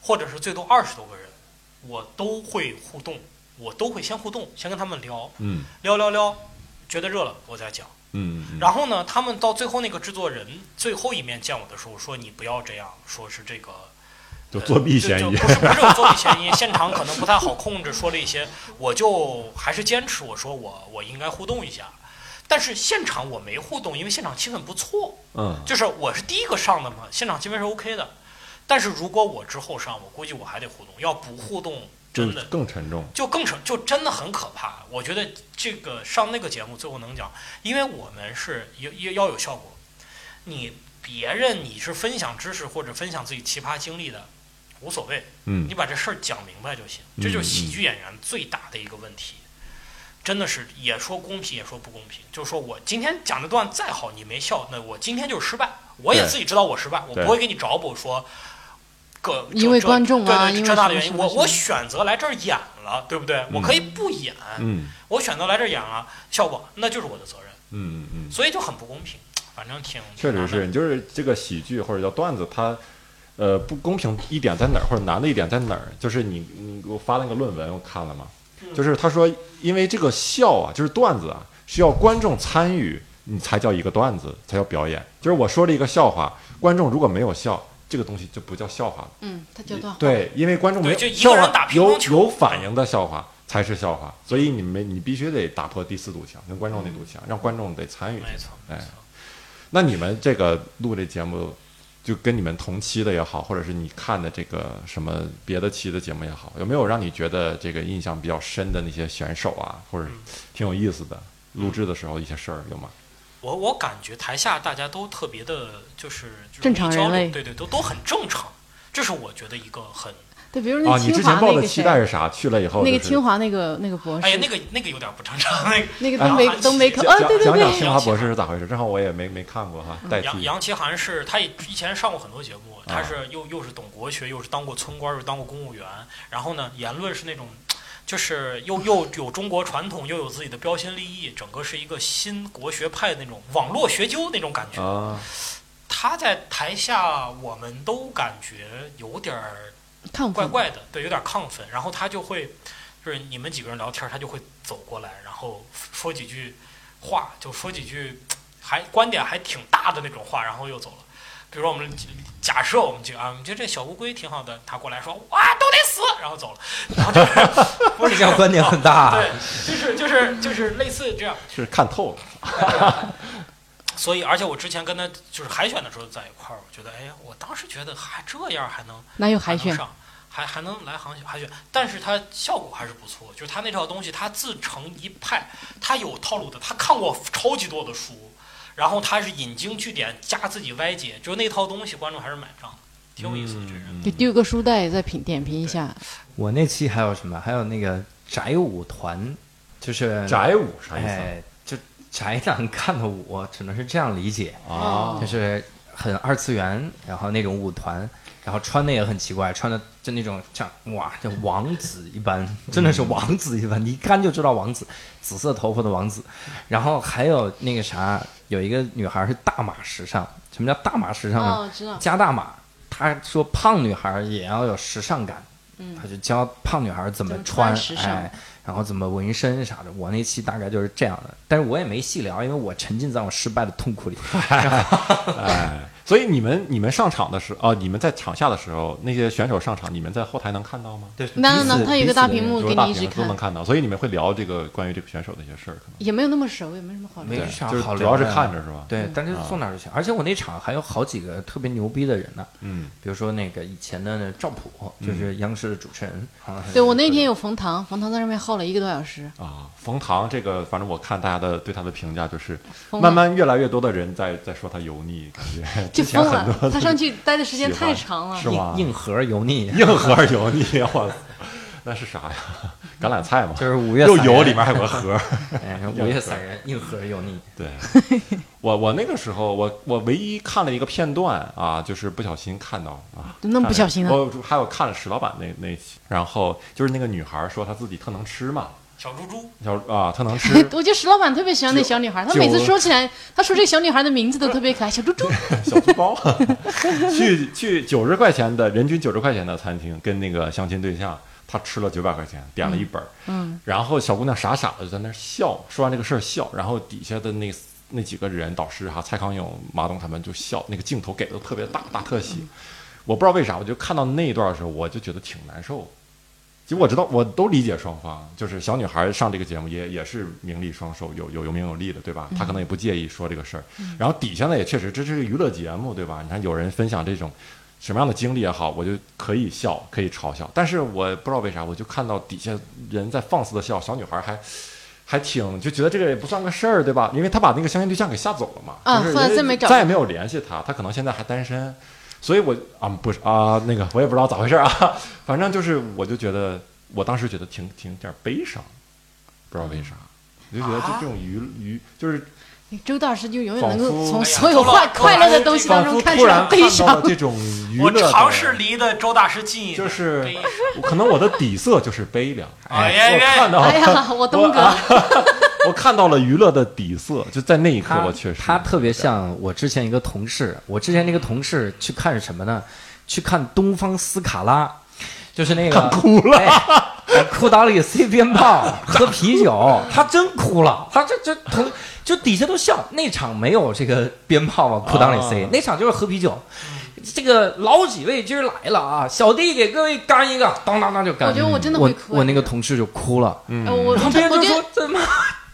或者是最多二十多个人，我都会互动，我都会先互动，先跟他们聊嗯聊聊聊，觉得热了我再讲。嗯，嗯然后呢，他们到最后那个制作人最后一面见我的时候说：“你不要这样，说是这个就作弊嫌就疑就。不是不是有作弊嫌疑，现场可能不太好控制，说了一些，我就还是坚持，我说我我应该互动一下，但是现场我没互动，因为现场气氛不错，嗯，就是我是第一个上的嘛，现场气氛是 OK 的，但是如果我之后上，我估计我还得互动，要不互动就真的更沉重。就更成就真的很可怕。我觉得这个上那个节目最后能讲，因为我们是要要要有效果。你别人你是分享知识或者分享自己奇葩经历的，无所谓，嗯你把这事儿讲明白就行。嗯这就是喜剧演员最大的一个问题，真的是也说公平也说不公平，就是说我今天讲的段再好，你没笑，那我今天就是失败。我也对自己知道我失败，我对不会给你找补说。各因为观众啊对因对为这那的原因，什么什么我什么我选择来这儿演了，对不对？我可以不演，嗯我选择来这儿演了，效果那就是我的责任，嗯嗯嗯，所以就很不公平。反正挺确实是，，你就是这个喜剧或者叫段子，它呃不公平一点在哪儿，或者难的一点在哪儿？就是你你给我发那个论文，我看了嘛，嗯就是他说，因为这个笑啊，就是段子啊，需要观众参与，你才叫一个段子，才叫表演。就是我说了一个笑话，观众如果没有笑，这个东西就不叫笑话了。嗯，他叫段浩，对，因为观众没有对就一笑个人话打乒有乓球有反应的笑话才是笑话，所以你们你必须得打破第四堵墙，跟观众那堵墙，让观众得参与进去。没错，没哎错。那你们这个录这节目，就跟你们同期的也好，或者是你看的这个什么别的期的节目也好，有没有让你觉得这个印象比较深的那些选手啊，或嗯者挺有意思的录制的时候一些事儿有吗？我我感觉台下大家都特别的，就是就是正常人交流类对对，都都很正常。这是我觉得一个很，对，比如啊，那你清之华前抱那的个期谁，待是啥？去了以后那个就是清华那个那个博士哎，呀，那个那个有点不正常。那个那个哎东北杨东北口，讲啊，对对讲讲对，清华博士是咋回事？正好我也没没看过哈，代嗯杨替杨奇涵是，他也以前上过很多节目，啊他是又又是懂国学，又是当过村官，又是当过公务员。然后呢，言论是那种就是又又有中国传统，又有自己的标新立异，整个是一个新国学派那种网络学究那种感觉。啊，他在台下，我们都感觉有点儿看怪怪的，对，有点亢奋。然后他就会，就是你们几个人聊天，他就会走过来，然后说几句话，就说几句还观点还挺大的那种话，然后又走了。比如说我们假设我们几个啊，我们觉得这小乌龟挺好的，他过来说哇都得死，然后走了，然后就是啊 不是这样观点很大啊对，就是就是就是类似这样。是看透了，所以，而且我之前跟他就是海选的时候在一块儿，我觉得哎，我当时觉得还这样还能哪有还能海选？上，还还能来航海选，但是它效果还是不错。就是它那套东西，它自成一派，它有套路的，他看过超级多的书，然后他是引经据典，加自己歪解，就是那套东西观众还是买账的，挺有意思的。这人、嗯就丢个书袋再评点评一下，我那期还有什么？还有那个宅舞团，就是宅舞啥意思啊哎，就宅男干的舞，只能是这样理解，哦啊？就啊是很二次元，然后那种舞团，然后穿的也很奇怪，穿的就那种像哇，就王子一般，真的是王子一般，你一看就知道王子，紫色头发的王子。然后还有那个啥，有一个女孩是大码时尚，什么叫大码时尚呢？哦，知道，加大码，他说胖女孩也要有时尚感，嗯他就教胖女孩怎么怎么穿，穿时尚哎，然后怎么纹身啥的。我那期大概就是这样的，但是我也没细聊，因为我沉浸在我失败的痛 苦里。哎，所以你们你们上场的时候，哦，你们在场下的时候，那些选手上场，你们在后台能看到吗？对，那彼此那他有一个彼此大的屏幕就给是大你一直屏都能看，看到，所以你们会聊这个关于这个选手的一些事儿，可能也没有那么熟，也没什啊么好聊没的。啥就是好主聊要是的看着是吧？嗯对，但是啊送哪儿就行。而且我那场还有好几个特别牛逼的人呢，嗯，比如说那个以前的那赵普，就是央视的主持人。好像还对是我那天有冯唐，冯唐在上面耗了一个多小时，啊，冯唐这个，反正我看大家的对他的评价就是，疯了慢慢越来越多的人在在说他油腻，感觉就之前疯很了多。 他上去待的时间太长了是，吗？硬硬核油 腻，硬核油腻，我操，那是啥呀？ 橄榄菜嘛，就是五月又散油人里面还有个核。哎，午夜散人，硬核油腻。 对，我我那个时候，我我唯一看了一个片段啊，就是不小心看到啊，那么不小心啊，看了我还有看了史老板那那一期，然后就是那个女孩说她自己特能吃嘛，小猪猪，小啊特能吃我觉得石老板特别喜欢那九小女孩，他九每次说起来，他说这个小女孩的名字都特别可爱，小 猪猪。小猪包，去去九十块钱的人均九十块钱的餐厅，跟那个相亲对象，她吃了九百块钱，点了一本儿，嗯，然后小姑娘傻傻的就在那儿笑，说完这个事儿笑，然后底下的那那几个人，导师哈、蔡康永、马东他们就笑，那个镜头给的特别大，大特写。我不知道为啥，我就看到那一段的时候，我就觉得挺难受。其实我知道，我都理解双方，就是小女孩上这个节目也也是名利双收，有有有名有利的，对吧？她可能也不介意说这个事儿。然后底下呢，也确实这是个娱乐节目，对吧？你看有人分享这种什么样的经历也好，我就可以笑，可以嘲笑。但是我不知道为啥，我就看到底下人在放肆的笑，小女孩还还挺就觉得这个也不算个事儿，对吧？因为她把那个相亲对象给吓走了嘛，啊就是后来人家再没找再着也没有联系她，她可能现在还单身。所以我啊不是啊那个我也不知道咋回事儿啊， 反正就是我就觉得我当时觉得挺挺有点悲伤，不知道为啥，我就觉得就啊这种娱娱就是周大师就永远能够仿佛从所有快哎呀快乐的东西当仿佛中看突出然来看悲到了伤。这种娱我乐的，尝试离的周大师近一点，就是悲可能我的底色就是悲凉。哎呀我看到，哎呀，我东我哥啊， 我看到了娱乐的底色，就在那一刻，他我确实他特别像我之前一个同事，我之前那个同事去看什么呢？去看东方斯卡拉，就是那个哭了、哎裤裆 里塞鞭炮，喝啤酒， 他真哭了，他这这同就底下都笑。那场没有这个鞭炮往裤裆里塞，啊那场就是喝啤酒。这个老几位今儿来了啊，小弟给各位干一个，当当当就干。我觉得我真的我会哭我那个同事就哭了，呃嗯我旁我真边就我觉说得。这妈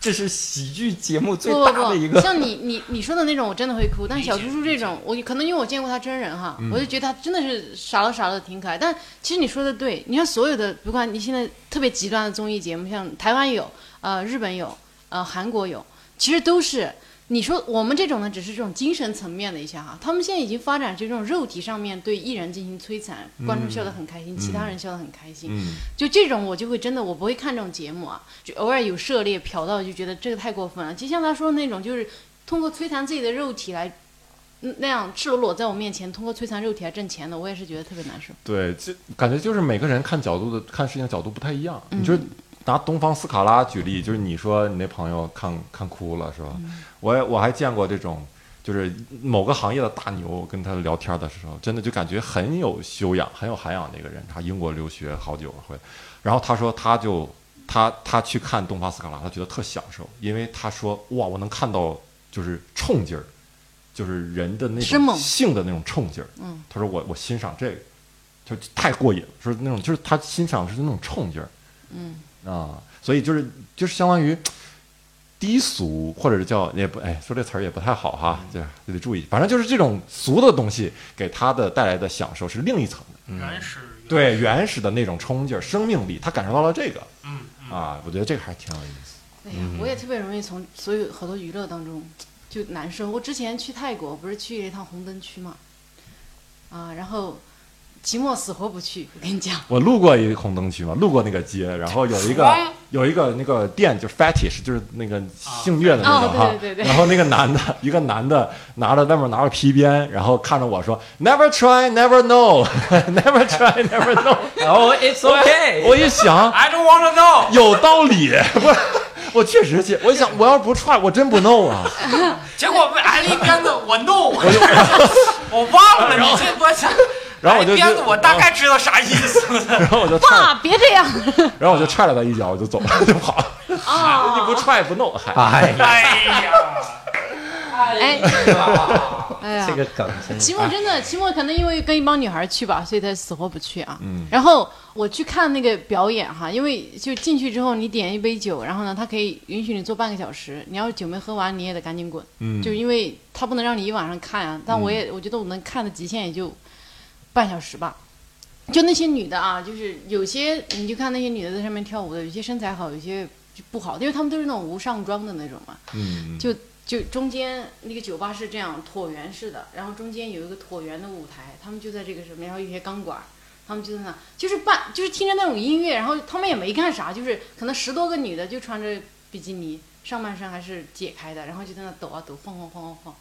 这是喜剧节目最不大的一不个不，。像你你你说的那种，我真的会哭。但是小猪猪这种，我可能因为我见过他真人哈，嗯我就觉得他真的是傻了傻了，挺可爱。但其实你说的对，你看所有的，不管你现在特别极端的综艺节目，像台湾有，呃，日本有，呃，韩国有，其实都是你说我们这种呢，只是这种精神层面的一下哈。他们现在已经发展这种肉体上面对艺人进行摧残，观众笑得很开嗯心，其他人笑得很开心。嗯就这种我就会真的我不会看这种节目啊，就偶尔有涉猎瞟到就觉得这个太过分了。就像他说的那种，就是通过摧残自己的肉体来。嗯那样赤裸裸在我面前，通过摧残肉体来挣钱的，我也是觉得特别难受。对，这感觉就是每个人看角度的看事情的角度不太一样。你说拿东方斯卡拉举例，就是你说你那朋友看看哭了是吧？我也我还见过这种，就是某个行业的大牛跟他聊天的时候，真的就感觉很有修养、很有涵养的一个人。他英国留学好久回来，然后他说他就他他去看东方斯卡拉，他觉得特享受，因为他说哇，我能看到就是冲劲儿，就是人的那生种猛性的那种冲劲儿。嗯，他说我我欣赏这个，就太过瘾了，说那种就是他欣赏的是那种冲劲儿。嗯，啊，所以就是就是相当于低俗，或者是叫也不哎，说这词儿也不太好哈，就是得注意。反正就是这种俗的东西给他的带来的享受是另一层的，原始原对原始的那种冲劲儿、生命力，他感受到了这个嗯嗯啊，我觉得这个还挺有意思。哎呀，我也特别容易从所有好多娱乐当中就难受。我之前去泰国不是去了一趟红灯区嘛，啊，然后期末死活不去，我跟你讲，我路过一个红灯区嘛，路过那个街，然后有一个有一个那个店，就是 fetish，就是那个性虐的那种哈。哦对对对对然后那个男的，一个男的拿着外面拿着皮鞭，然后看着我说，Never try, never know, never try, never know。 然后哦 it's OK，我一想，I don't wanna know，有道理， 我我确实去，我一想我要不踹，我真不弄啊。结果哎被挨了一鞭子，我 no，我忘了你这我操，然后我就挨一鞭子我大概知道啥意思了，然后我就踹，爸啊别这样然后我就踹了他一脚，我就走了， 就跑了。你不啊！踹不弄，嗨，哎呀，哎呀， 哎，哎呀这，个梗真期啊末真的，期末可能因为跟一帮女孩去吧，所以他死活不去啊。嗯然后我去看那个表演哈，因为就进去之后，你点一杯酒，然后呢，他可以允许你坐半个小时，你要是酒没喝完，你也得赶紧滚，嗯就因为他不能让你一晚上看啊。但我也、我觉得我能看的极限也就半小时吧。就那些女的啊，就是有些你就看那些女的在上面跳舞的，有些身材好，有些就不好，因为她们都是那种无上妆的那种嘛。嗯，就就中间那个酒吧是这样椭圆式的，然后中间有一个椭圆的舞台，他们就在这个什么，然后有些钢管儿，他们就在那，就是伴，就是听着那种音乐，然后他们也没干啥，就是可能十多个女的就穿着比基尼，上半身还是解开的，然后就在那抖啊抖，晃晃晃晃晃，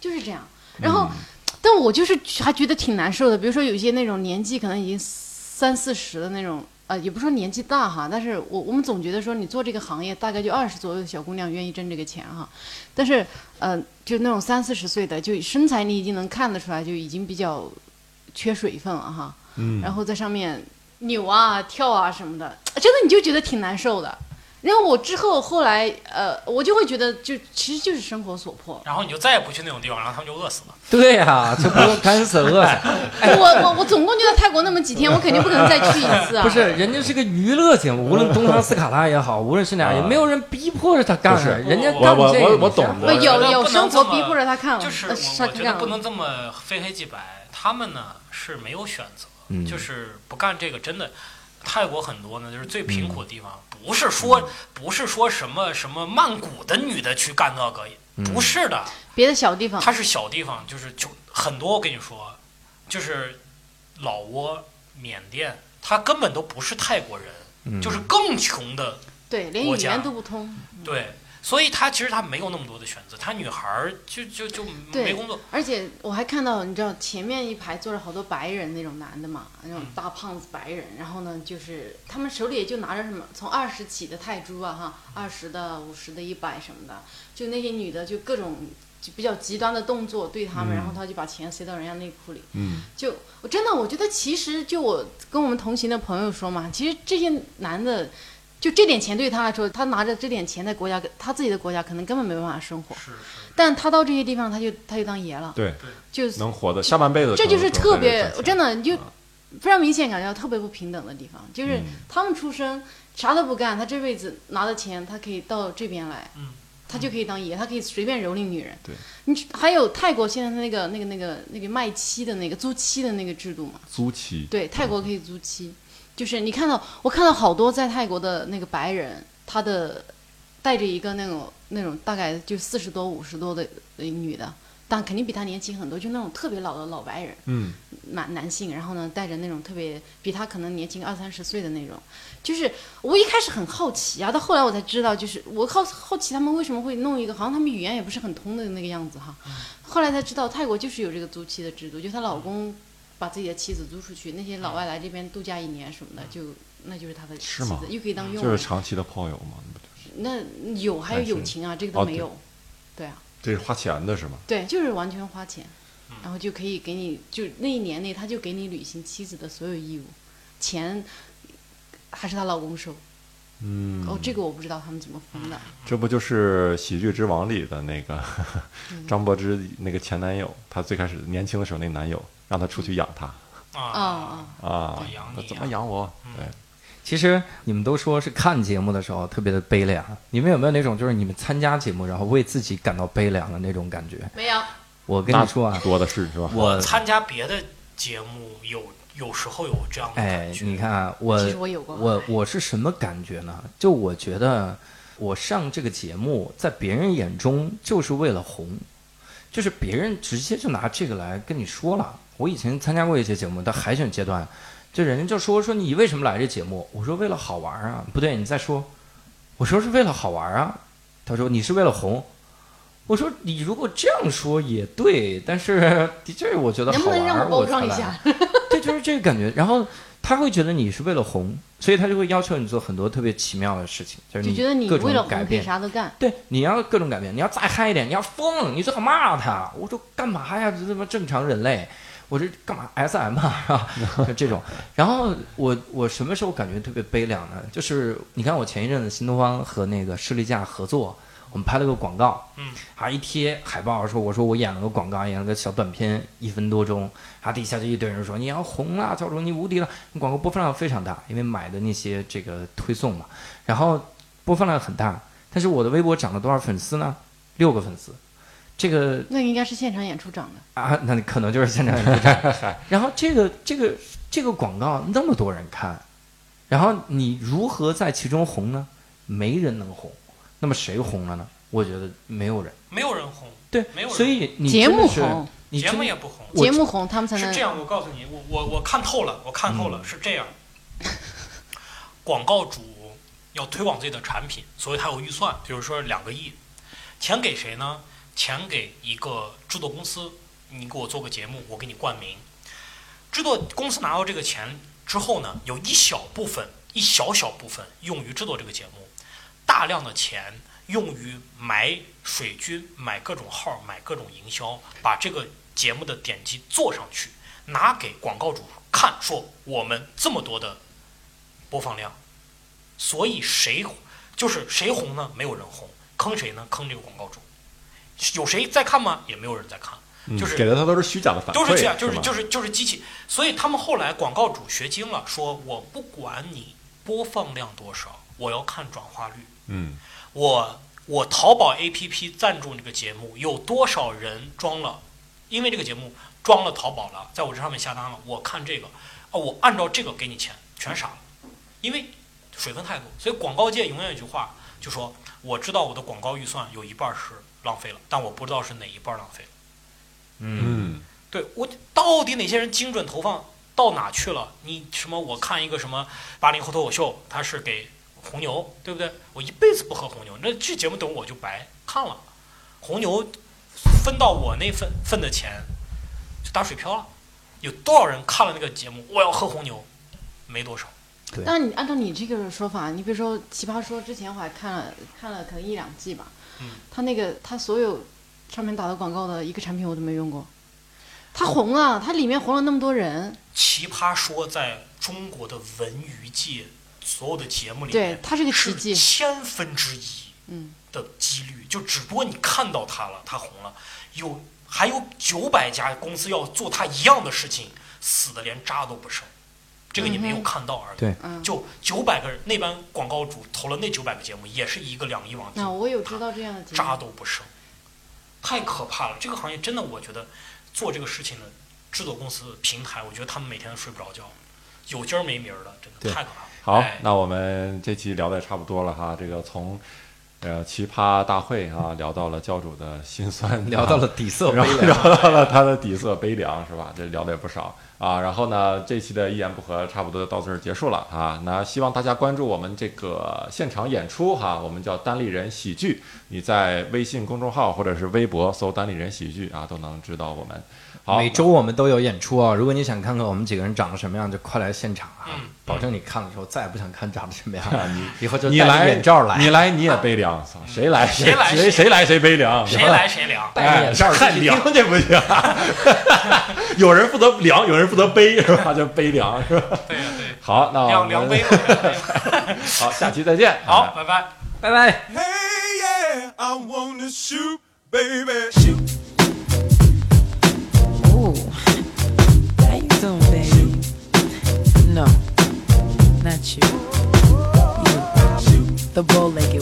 就是这样。然后，但我就是还觉得挺难受的，比如说有一些那种年纪可能已经三四十的那种。呃，也不是说年纪大哈，但是我我们总觉得说你做这个行业，大概就二十左右的小姑娘愿意挣这个钱哈。但是，呃，就那种三四十岁的，就身材你已经能看得出来，就已经比较缺水分了哈。嗯然后在上面扭啊、跳啊什么的，真的你就觉得挺难受的。然后我之后后来，呃，我就会觉得就，其实就是生活所迫。 然后你就再也不去那种地方，然后他们就饿死了。对呀，就不用干死 饿死。啊我我我总共就在泰国那么几天，我肯定不可能再去一次啊。不是，人家是个娱乐节目，无论东方斯卡拉也好，无论是哪样，也没有人逼迫着他干啊不是的，人家我干我这个我你我想懂不，的，觉得有有不能生活这么逼迫着他看了，就是呃我我觉他得干不能了。这么非黑即白，他们呢是没有选择，就是不干这个真的。泰国很多呢，就是最贫苦的地方，不是说不是说什么什么曼谷的女的去干那个，不是的，别的小地方，它是小地方，就是就很多。我跟你说，就是老挝、缅甸，他根本都不是泰国人，就是更穷的对，连国语家言都不通。对，所以他其实他没有那么多的选择，他女孩儿就就就对没工作，而且我还看到，你知道前面一排坐着好多白人那种男的嘛，那种大胖子白人，然后呢，就是他们手里也就拿着什么从二十起的泰铢啊哈，二十的、五十的、一百什么的，就那些女的就各种就比较极端的动作对他们，然后他就把钱塞到人家内裤里，嗯，就我真的我觉得其实就我跟我们同行的朋友说嘛，其实这些男的。就这点钱对他来说，他拿着这点钱在国家，他自己的国家可能根本没办法生活，是是。但他到这些地方，他就他就当爷了，对，就能活的下半辈子可这能就是不特能在这儿别赚，钱啊真的你就非常明显感觉到特别不平等的地方，就是嗯他们出生啥都不干，他这辈子拿的钱，他可以到这边来嗯，他就可以当爷，他可以随便蹂躏女人。对，你还有泰国现在那个那个那个那个卖妻的那个租妻的那个制度嘛？租期，对，泰国可以租妻，就是你看到我看到好多在泰国的那个白人，他的带着一个那种那种大概就四十多五十多的呃女的，但肯定比他年轻很多，就那种特别老的老白人。嗯，男男性，然后呢，带着那种特别比他可能年轻二三十岁的那种，就是我一开始很好奇啊，到后来我才知道，就是我好好奇他们为什么会弄一个，好像他们语言也嗯不是很通的那个样子哈。后来才知道泰国就是有这个租妻的制度，就她老公把自己的妻子租出去，那些老外来这边度假一年什么的，就那就是他的妻是吗嗯子，又可以当佣就是人。长期的炮友嘛，那不就是那有还有还是友情啊，这个都哦没对有。对啊，这是花钱的是吗？对，就是完全花钱，嗯然后就可以给你，就那一年内他就给你履行妻子的所有义务，钱还是她老公收。嗯，哦，这个我不知道他们怎么分的。这不就是《喜剧之王》里的那个嗯 张柏芝那个前男友，她最开始年轻的时候那男友让她出去养她啊啊，嗯啊，啊我养，她你怎呀么养我？哎对，其实你们都说是看节目的时候特别的悲凉，你们有没有那种就是你们参加节目然后为自己感到悲凉的那种感觉？没有。我跟你说啊，多的是是吧？我参加别的节目有有时候有这样的哎感，觉，你看啊，我其实我有过我我是什么感觉呢？就我觉得我上这个节目，在别人眼中就是为了红，就是别人直接就拿这个来跟你说了。我以前参加过一些节目，到海选阶段，就人家就说说你为什么来这节目？我说为了好玩啊，不对，你再说，我说是为了好玩啊。他说你是为了红，我说你如果这样说也对，但是 的确我觉得能好不玩能让我儿包我才装一来下？ 对，就是这个感觉。然后他会觉得你是为了红，所以他就会要求你做很多特别奇妙的事情，就是就觉得你各种为了改红可以变。啥都干。对，你要各种改变，你要再嗨一点，你要疯，你最好骂他。我说干嘛呀？这他妈正常人类，我这干嘛 S M 啊？ 就这种。然后我我什么时候感觉特别悲凉呢？就是你看我前一阵子新东方和那个士力架合作，我们拍了个广告，嗯，啊一贴海报说我说我演了个广告，演了个小短片，一分多钟，啊底下就一堆人说你要红啦，教主你无敌了。广告播放量非常大，因为买的那些这个推送嘛，然后播放量很大。但是我的微博涨了多少粉丝呢？六个粉丝，这个那应该是现场演出长的。啊，那可能就是 现场演出站。然后这个这个这个广告那么多人看，然后你如何在其中红呢？没人能红，那么谁红了呢？我觉得没有人。没有人红，对没有，人所以你节真的目是红，你节真目的也不红。我节目红他们才是能这。样，我告诉你，我我我看透了，我看透了，是这样。广告主要推广自己的产品，所以他有预算，比如说两个亿，钱给谁呢？钱给一个制作公司，你给我做个节目，我给你冠名。制作公司拿到这个钱之后呢，有一小部分，一小小部分用于制作这个节目，大量的钱用于买水军、买各种号、买各种营销，把这个节目的点击做上去，拿给广告主看，说我们这么多的播放量，所以谁就是谁红呢？没有人红，坑谁呢？坑这个广告主。有谁在看吗？也没有人在看，嗯就是给的她都是虚假的反馈，都是这样，就是吧就是就是机器。所以他们后来广告主学精了，说我不管你播放量多少，我要看转化率。嗯，我我淘宝 APP 赞助这个节目，有多少人装了？因为这个节目装了淘宝了，在我这上面下单了，我看这个，哦，我按照这个给你钱，全傻了，因为水分太多。所以广告界永远有一句话，就说我知道我的广告预算有一半是浪费了，但我不知道是哪一半浪费了。嗯，嗯，对我到底哪些人精准投放到哪去了？你什么？我看一个什么八零后脱口秀，他是给红牛，对不对？我一辈子不喝红牛，那这节目等我就白看了。红牛分到我那份份的钱就打水漂了。有多少人看了那个节目？我要喝红牛，没多少。但你按照你这个说法，你比如说《奇葩说》之前我还看了看了可能一两季吧，嗯他那个他所有上面打的广告的一个产品我都没用哦过，他红了，他里面红了那么多人，奇葩说在中国的文娱界所有的节目里对面，他是个奇是迹，千分之一。嗯，的几率，就只不过你看到他了，他红了，有还有九百家公司要做他一样的事情，死的连渣都不剩，这个你没有看到而已。对嗯就九百个人，那帮广告主投了那九百个节目，也是一个两亿网那金，我有知道这样的节目渣，都不剩，太可怕了。这个行业真的，我觉得做这个事情的制作公司、平台，我觉得他们每天都睡不着觉，有今儿没明儿的，真对的太可怕了。好哎，那我们这期聊的也差不多了哈，这个从呃奇葩大会哈、聊到了教主的辛酸，嗯聊到了底色然 悲后 凉。聊到了他的底色悲凉是吧？这聊的也不少。啊，然后呢，这期的一言不合差不多就到这儿结束了啊。那希望大家关注我们这个现场演出哈、我们叫单立人喜剧，你在微信公众号或者是微博搜“单立人喜剧”啊，都能知道我们。好，每周我们都有演出啊、如果你想看看我们几个人长得什么样，就快来现场啊！嗯保证你看了之后再也不想看长得什么样，啊你以后就你戴着来眼罩来，你来你也悲 凉，操谁来谁来谁谁来谁悲凉，谁来谁凉。戴着眼罩太进去凉这不行， 有人负责凉，有人负责背是吧？叫悲凉是吧？对呀、对，好，那我两两杯们嘛。两杯好，下期再见。好，拜拜。拜拜。 Hey, yeah, I wanna shoot, baby. Shoot, Ooh. How you doing, baby? No, not you. You. The bow legged